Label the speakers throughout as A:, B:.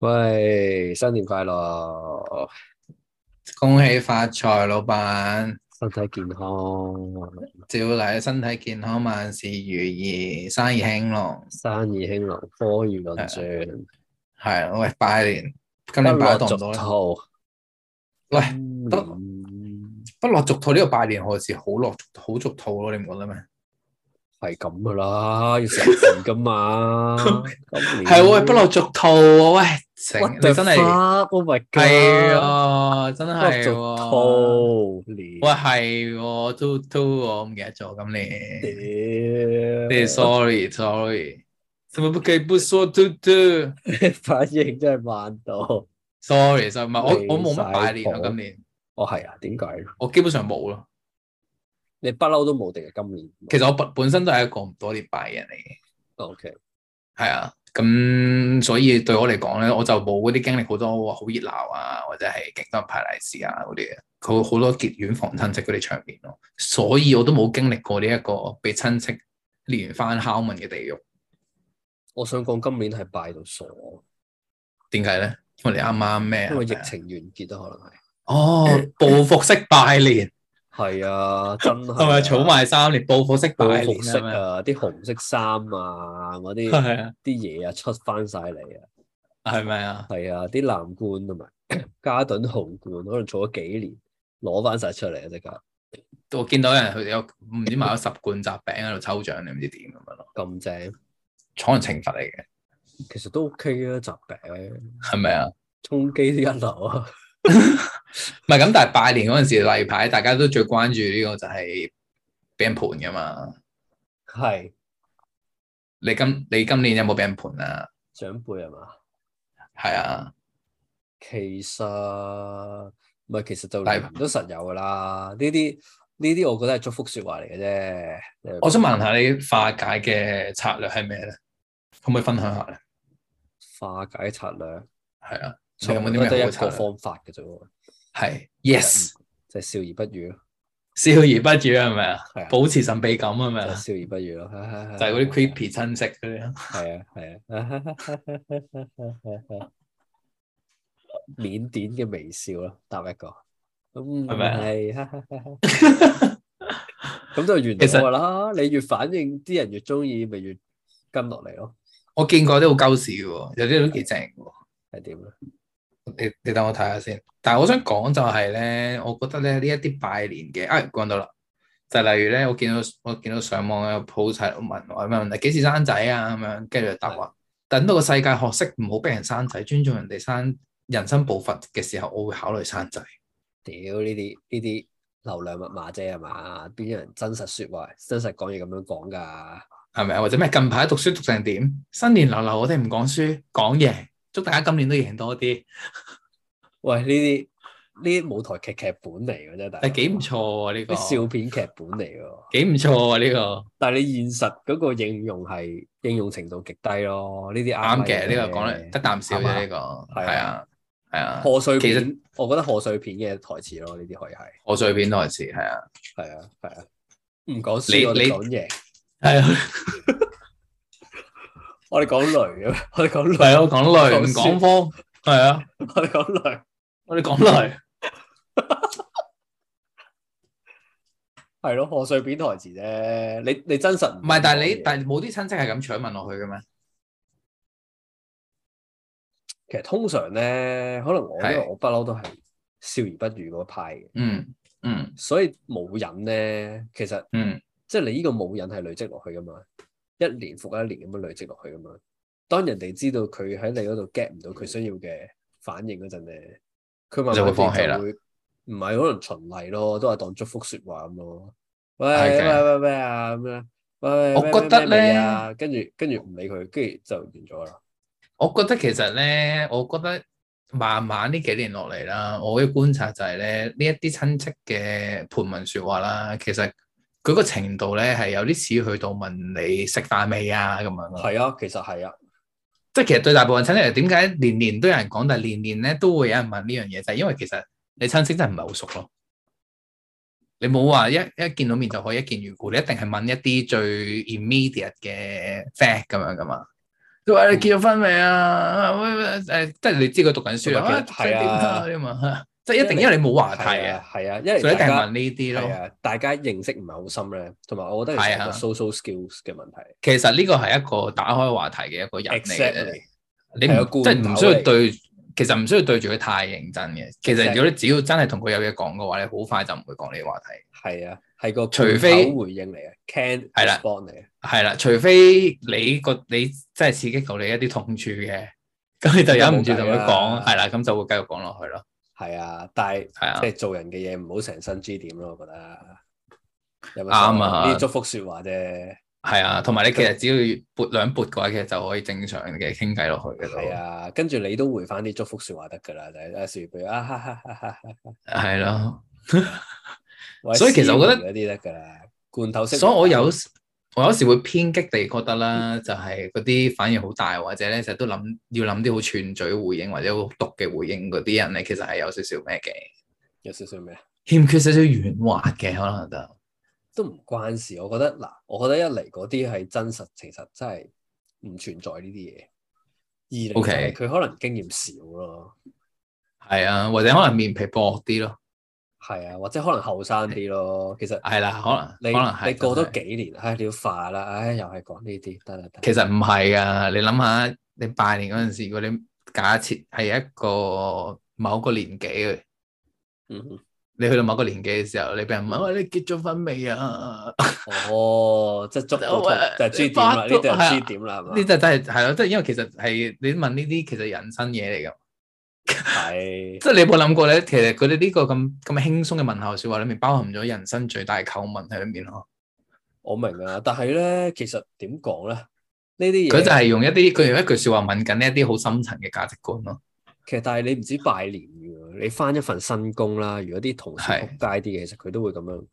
A: 喂，新年快樂，
B: 恭喜發財，老闆！
A: 身體健康，
B: 照例身體健康，萬事如意，生意興隆。
A: 生意興隆，科如輪轉，
B: 係喂，拜年，今年拜得多唔多咧？喂，
A: 喂
B: 得不落俗套呢個拜年何時好落俗好啊俗套咯？你唔覺得咩？
A: 係咁噶啦，要成年噶嘛，
B: 係喎，喂不落俗套喎，喂，成
A: 成
B: 你真係
A: ，Oh my God，
B: 係啊，真
A: 不落
B: 係喎。
A: 俗套，年
B: 喂，係喎，都都我唔記得咗今年。
A: 屌，
B: 你 sorry sorry，怎麼不可以不說嘟嘟？
A: 反應真係慢到，
B: sorry，就唔係
A: 你
B: 我我冇乜拜
A: 晒
B: 年啊，
A: 譜
B: 今年
A: 哦係啊，點解？
B: 我基本上冇咯。
A: 你不嬲都冇定係今年
B: 其實我本本身都係一個唔多啲拜嘅人嚟嘅，
A: ？O K，
B: 係啊。咁所以對我嚟講咧，我就冇嗰啲經歷好多哇好熱鬧啊，或者係勁多人派利是啊嗰啲嘅，佢好多結怨防親戚嗰啲場面咯。所以我都冇經歷過呢一個被親戚連番敲問嘅地獄。
A: 我想講今年係拜到傻，
B: 點解咧？因為你啱啱咩啊？
A: 因為疫情完結啊，可能係。
B: 哦，報復式拜年
A: 係啊，真係
B: 係咪儲埋三年報復式
A: 好
B: 拜年
A: 紅色
B: 係咪？
A: 啊？啲紅色衫啊，嗰 啲
B: 係啊，
A: 啲嘢啊，出翻晒嚟啊！
B: 係咪啊？
A: 係啊，啲藍罐同埋 嘉頓紅罐，可能儲咗幾年，攞翻晒出嚟啊！即刻
B: 我見到有人佢有唔知買 咗十罐雜餅喺度抽獎，你唔知點咁樣咯，
A: 咁正，
B: 可能懲罰嚟嘅，
A: 其實都 OK 啊，集餅
B: 係咪啊？
A: 充機都一流啊！
B: 唔係咁，但係拜年嗰陣時例牌，大家都最關注呢個就係俾人盤噶嘛。
A: 係
B: 你今你今年有冇俾人盤啊？
A: 長輩係嘛？
B: 係啊，
A: 其實唔係，其實就
B: 係
A: 年年都實有噶啦。呢啲呢啲，我覺得係祝福説話嚟嘅啫。
B: 我想問下你化解嘅策略係咩咧？可唔可以分享下咧？
A: 化解策略，
B: 係啊，你
A: 從
B: 有冇
A: 來
B: 啲
A: 都
B: 咩好
A: 得
B: 嘅
A: 一個
B: 策略？
A: 方法嗯嘅啫喎。
B: 係 yes，
A: 就係笑而不語咯，
B: 笑而不語係咪啊？
A: 係啊，
B: 保持神秘感係咪
A: 就係
B: 啊？
A: 笑而不語咯，
B: 就係嗰啲 creepy 親戚嗰啲啊。
A: 係啊係啊，緬甸嘅微笑咯，答一個，咁
B: 係咪啊
A: 係，咁就完
B: 其實
A: 咗㗎啦。你越反應，啲人越中意，咪越跟落嚟咯，
B: 我見過啲好鳩屎嘅喎，有啲都幾正嘅喎。
A: 係點啊咧？
B: 你你等我睇下先。但係我想講就係咧，我覺得咧呢一啲拜年嘅，啊講到啦，就例如咧，我見到我見到上網有 post 喺度問我問你幾時生仔啊咁樣，跟住就答話等到個世界學識唔好逼人生仔，尊重人哋生人生步伐嘅時候，我會考慮生仔。
A: 屌呢啲呢啲流量密碼啫係嘛？邊有人真實説話、真實講嘢咁樣講㗎？
B: 係咪啊？或者咩？近排讀書讀成點？新年流流，我哋唔講書，講贏。祝大家今年都贏多啲，
A: 喂，呢啲呢啲舞台劇劇本嚟嘅啫，大佬
B: 係幾唔錯喎呢個
A: 啲，笑片劇本嚟喎。
B: 幾唔錯喎呢個。
A: 但係你現實嗰個應用係應用程度極低咯，呢啲
B: 啱
A: 啱
B: 嘅，呢個講嚟
A: 嚟
B: 得啖笑
A: 係嘛
B: 啫，呢個
A: 係
B: 係啊，係啊，
A: 賀歲
B: 其實
A: 片，我覺得賀歲片嘅台詞咯，呢啲可以係
B: 賀歲片台詞係啊，
A: 係啊係啊，唔講
B: 你
A: 輸我哋
B: 你
A: 講贏，
B: 係啊，
A: 我哋講雷 咁，我哋講
B: 係啊
A: 雷，
B: 咯， 講雷唔
A: 講笑
B: 講風，係啊，
A: 我哋講雷，
B: 我哋講雷，
A: 係咯賀歲片台詞啫，你你真實
B: 唔係，但係你
A: 講嘢
B: 但係冇啲親戚係咁搶問落去嘅咩？
A: 其實通常咧，可能我因
B: 係
A: 為我不嬲都係笑而不語嗰派嘅，
B: 嗯嗯
A: 所以冇癮咧，其實
B: 嗯，
A: 即係你呢個冇癮係累積落去噶嘛，一年復一年咁樣累積落去噶嘛。當人哋知道佢喺你嗰度 get 唔到佢需要嘅反應嗰陣咧，佢慢慢
B: 就會放棄啦
A: 就會。唔係可能循例咯，都係當祝福説話咁咯。喂
B: 係
A: 喂
B: 嘅
A: 喂喂啊咁樣，喂，
B: 我
A: 咩
B: 覺得
A: 咩咩
B: 咧
A: 啊跟住跟住唔理佢，跟住就完咗啦。
B: 我覺得其實咧，我覺得慢慢呢幾年落嚟啦，我嘅觀察就係咧，呢一啲親戚嘅盤問説話啦，其實佢個程度咧係有啲似去到問你食飯未啊咁樣咯。
A: 係啊，其實係啊，
B: 即係其實對大部分親戚嚟，點解年年都有人講，但係年年咧都會有人問呢樣嘢，就係、因為其實你親戚真係唔係好熟咯。你冇話一一見到面就可以一見如故，你一定係問一啲最 immediate 嘅 fact 咁樣噶嘛。佢話你哎
A: 嗯
B: 結咗婚未啊？誒，即係你知佢讀緊書
A: 同埋
B: 啊，
A: 其實係
B: 想
A: 啊
B: 點啊 嘛，嚇即係一定因為你冇話題
A: 係
B: 嘅
A: 啊，，係啊，因為
B: 所以一定
A: 大
B: 係
A: 家
B: 問呢啲
A: 係
B: 咯。
A: 啊，大家認識唔係好深咧，同埋我覺得係
B: 係啊
A: 個 social skills 嘅問題。
B: 其實呢個係一個打開話題嘅一個人嚟嘅啫
A: Exactly，
B: 你
A: 係
B: 唔
A: 個
B: 即
A: 罐
B: 係唔
A: 頭
B: 需要
A: 嚟
B: 對，其實唔需要對住佢太認真嘅。其實
A: Exactly
B: 如果你只要真係同佢有嘢講嘅話，你好快就唔會講呢個話題。
A: 係啊，係個
B: 除非
A: 罐頭回應嚟嘅，can
B: 係啦
A: respond 嚟嘅，
B: 係啦，除非你個你真係刺激到你一啲痛處嘅，咁你就忍唔住同佢
A: 咁就冇計
B: 講，
A: 啦
B: 係啦，咁就會繼續講落去咯。
A: 係啊，但係
B: 係啊
A: 即，係做人嘅嘢唔好成身 G 點咯，我覺得有冇
B: 啱啊
A: 呢啲祝福説話啫，
B: 係啊，同埋你其實只要撥兩撥嘅話，其實就可以正常嘅傾偈落去嘅咯。
A: 係啊，跟住你都回翻啲祝福説話得㗎啦，就係有時譬如啊哈哈哈哈，
B: 係咯，
A: 或者
B: 所以其實我覺得
A: 斯文嗰啲得㗎啦，罐頭式回答。
B: 所以我有我有時會偏激地覺得啦，就係嗰啲反應好大，或者咧成日都諗要諗啲好串嘴回應或者好毒嘅回應嗰啲人咧，其實係有少少咩嘅，
A: 有少少咩啊？
B: 欠缺少少圓滑嘅可能就
A: 都唔關事，我覺得嗱，我覺得一嚟嗰啲係真實，其實真係唔存在呢啲嘢；二嚟
B: OK
A: 就係佢可能經驗少咯，
B: 係啊，或者可能面皮薄啲咯，
A: 係啊，或者可能後生啲咯。其實
B: 係啦，可
A: 你
B: 能可能係
A: 你過
B: 真
A: 多
B: 係
A: 幾年，唉，你要化啦，唉，又係講呢啲，得啦得啦。
B: 其實唔係噶，你諗下，你拜年嗰陣時，如果你假設係一個某個年紀嘅，
A: 嗯哼
B: 你去到某個年紀嘅時候，你俾人問：喂，你結咗婚未啊？
A: 哦，即係捉到痛就係 G 點啦，呢啲係 G 點啦，係嘛？
B: 呢就真係係咯，即係因為其實係你問呢啲其實人生嘢嚟㗎，
A: 係
B: 即係你有冇諗過咧？其實佢哋呢個咁咁輕鬆嘅問候説話裏面包含咗人生最大嘅叩問喺裏面咯。
A: 我明啊，但係咧，其實點講咧？呢啲嘢
B: 佢就係用一啲佢用一句説話問緊呢一啲好深層嘅價值觀咯。
A: 其實但係你唔止拜年㗎，你翻一份新工啦，如果啲同事撲
B: 係
A: 街啲嘅，其實佢都會咁樣，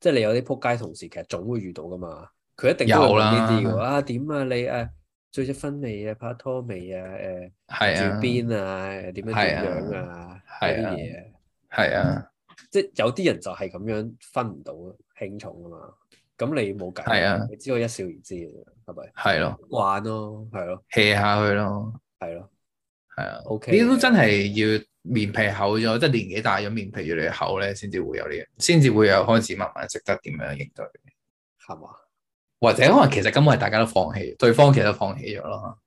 A: 即係你有啲撲街同事，其實總會遇到噶嘛，佢一定都會
B: 有
A: 問
B: 啦
A: 呢啲㗎。啊點啊你誒醉咗婚未啊，拍拖未啊，誒
B: 係啊
A: 住，邊啊，誒點樣
B: 係啊
A: 點樣啊，嗰
B: 係
A: 啲
B: 啊
A: 嘢啊，
B: 係啊，
A: 即係有啲人就係咁樣分唔到輕重啊嘛，咁你冇計，
B: 係啊，
A: 你只可以一笑而知嘅啫，係咪？
B: 係咯
A: 慣咯，係咯，
B: ，hea 下佢咯。
A: 係咯
B: 係啊，
A: ，OK
B: 呢
A: 嘅。
B: 啲都真係要面皮厚咗，即係年紀大咗，面皮越嚟越厚咧，先至會有呢樣，先至會有開始慢慢識得點樣應對，
A: 係嘛？
B: 或者可能其實根本係大家都放棄，對方其實都放棄咗咯。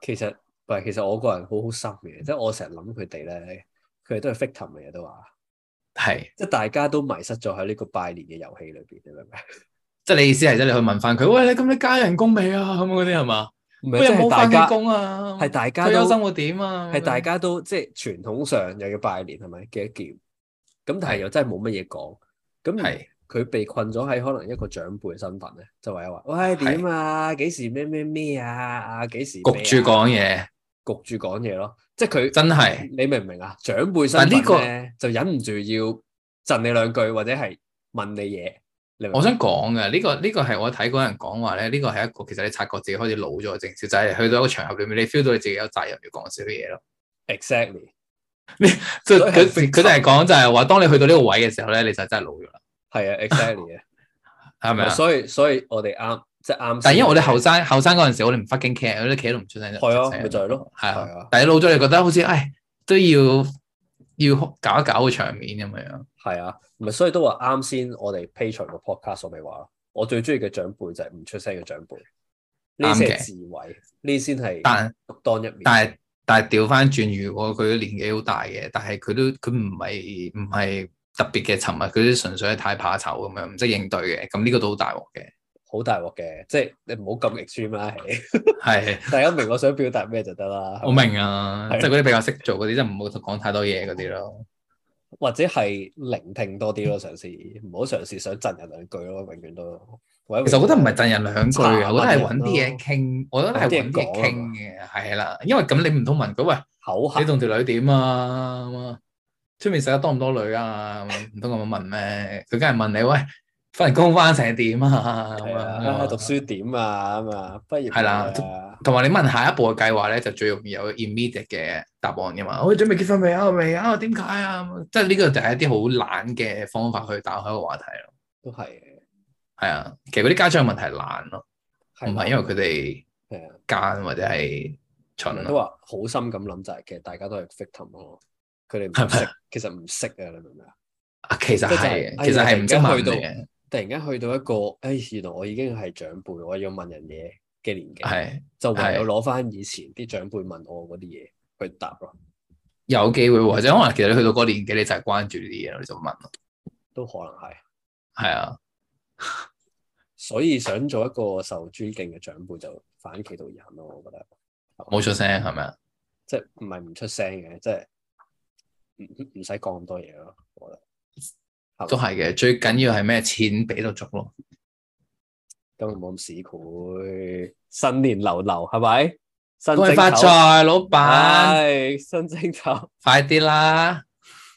A: 其實唔係，其實我個人好好心嘅，即係我成日諗佢哋咧，佢哋都係 victim 嚟嘅都話，
B: 係，
A: 即係大家都迷失咗喺呢個拜年嘅遊戲裏邊，你明唔
B: 即係你意思係即係你去問翻佢，喂，你咁你加人工未啊？咁嗰啲係
A: 明？
B: 嘛？
A: 唔
B: 喂，
A: 係
B: 有
A: 即係
B: 冇
A: 大
B: 翻緊
A: 家
B: 工啊？
A: 係大家
B: 退休
A: 都
B: 生活點啊？
A: 係大家都即係傳統上又要拜年係咪嘅一件？咁但係又真係冇乜嘢講，咁
B: 係
A: 而佢被困咗喺可能一個長輩身份咧，就唯有話：喂點啊？幾時咩咩咩啊？啊幾時
B: 焗住
A: 講
B: 講嘢，
A: 焗住講嘢咯，即係佢
B: 真係
A: 你明唔明啊？長輩身
B: 但呢個
A: 份咧，就忍唔住要震你兩句，或者係問你嘢。你明唔
B: 我
A: 明
B: 想講嘅呢個呢、個係我睇嗰人講話咧，呢、個係一個其實你察覺自己開始老咗嘅徵兆，就係、去到一個場合裏面，你 feel 到你自己有責任要講少啲嘢咯。
A: exactly
B: 即
A: 所以
B: 係
A: 係
B: 佢佢就係講就係話，當你去到呢個位嘅時候咧，你就真係老咗啦，
A: 係啊，exactly
B: 係咪
A: 嘅。
B: 啊？
A: 所以所以我哋啱，即係啱先。
B: 但係因為我哋後生後生嗰陣時，我哋唔 fucking care，我哋企都唔出聲。
A: 係啊咪就係咯
B: 係啊。
A: 係啊，
B: 但係你老咗，你覺得好似唉都要要搞一搞個場面咁樣樣。
A: 係啊，唔係所以都話啱先，我哋 patron 個 podcast 我咪話咯，我最中意嘅長輩就係唔出聲嘅長輩，呢先
B: 啱
A: 係
B: 嘅
A: 智慧，呢先係
B: 但
A: 獨當一面。
B: 但係但係調翻轉，如果佢年紀好大嘅，但係佢都佢唔係唔係特別嘅沉默，佢都純粹係太怕醜咁樣，唔識應對嘅。咁呢個都好大鑊嘅，
A: 好大鑊嘅，即係你唔好咁 extreme 啦，係
B: 係
A: 大家明我想表達咩就得啦。係咪
B: 我明啊，
A: 係
B: 即係嗰啲比較識做嗰啲，即係唔好講太多嘢嗰啲咯。
A: 或者係聆聽多啲咯，嘗試唔好嘗試想震人兩句咯，永遠都。
B: 其實我覺得唔係贈人兩句
A: 查
B: 嘅，我覺得係
A: 問
B: 揾
A: 人
B: 啲嘢傾，我覺得係揾啲嘢啊傾嘅，係啦。因為咁你唔通問 佢，喂，
A: 口
B: 你
A: 痕，
B: 同條女點啊？咁啊出面食得多唔多女啊？咁唔通咁樣問咩？佢梗係問你，喂，翻工翻成點啊？咁
A: 係啊，
B: 啊
A: 讀，書點啊咁啊，畢業
B: 係啦
A: 未啊
B: 同埋你問下一步嘅計劃咧，就最容易有 immediate 嘅答案噶嘛。我準備結婚未啊？未啊？點解啊？咁即係呢個就係一啲好懶嘅方法去打開個話題咯。
A: 都係嘅，
B: 係啊，其實嗰啲家長嘅問題係懶咯，唔
A: 係
B: 係因為佢哋
A: 係啊
B: 奸或者係蠢
A: 都
B: 啊。
A: 話好心咁諗就係其實大家都係 victim 咯，佢哋唔
B: 係
A: 識
B: 咪，
A: 其實唔識啊，你明唔明啊？
B: 啊其實
A: 即係就係
B: 係嘅，
A: 哎
B: 其實
A: 呀
B: 係唔識問
A: 突然間去到
B: 嘅，
A: 突然間去到一個，誒、原來我已經係長輩，我要問人嘢嘅年紀，
B: 係
A: 就唯有
B: 係
A: 攞翻以前啲長輩問我嗰啲嘢去答咯，
B: 有機會喎或者可能其實你去到嗰個年紀，你就係關注呢啲嘢咯，你就問咯，
A: 都可能係。
B: 係啊，
A: 所以想做一個受尊敬嘅長輩，就反其道而行咯。我覺得
B: 冇出聲係咪啊？
A: 即係唔係唔出聲嘅，即係唔唔唔使講咁多嘢咯。我覺得
B: 都係嘅，最緊要係咩？錢俾到足咯，
A: 咁唔好咁市儈，新年流流係咪？新
B: 恭喜
A: 正
B: 發
A: 頭
B: 財，老闆，
A: 係新正頭，
B: 快啲啦！